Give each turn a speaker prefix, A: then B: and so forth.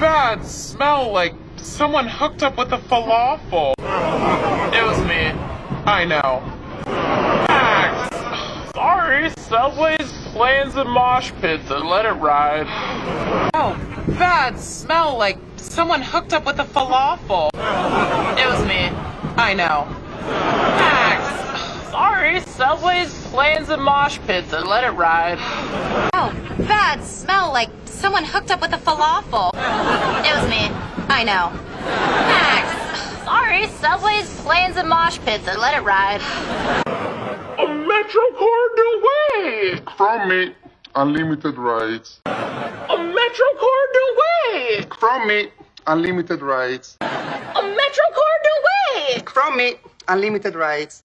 A: God smell like someone hooked up with a falafel. It was me. I know. Ah, Sorry, Subway's plans and mosh pits and let it ride. Oh, bad smell like someone hooked up with a falafel. It was me. I know. Ah, Sorry, Subway's plans and mosh pits and let it ride.
B: Oh, bad smell like someone hooked up with a falafel. It was me. I know. Max. Sorry, Subway's planes and mosh pits and let it ride.
A: A metro card away!
C: From me, unlimited rights.
A: A metro card away!
C: From me, unlimited rights.
A: A metro card away!
D: From me, unlimited rights.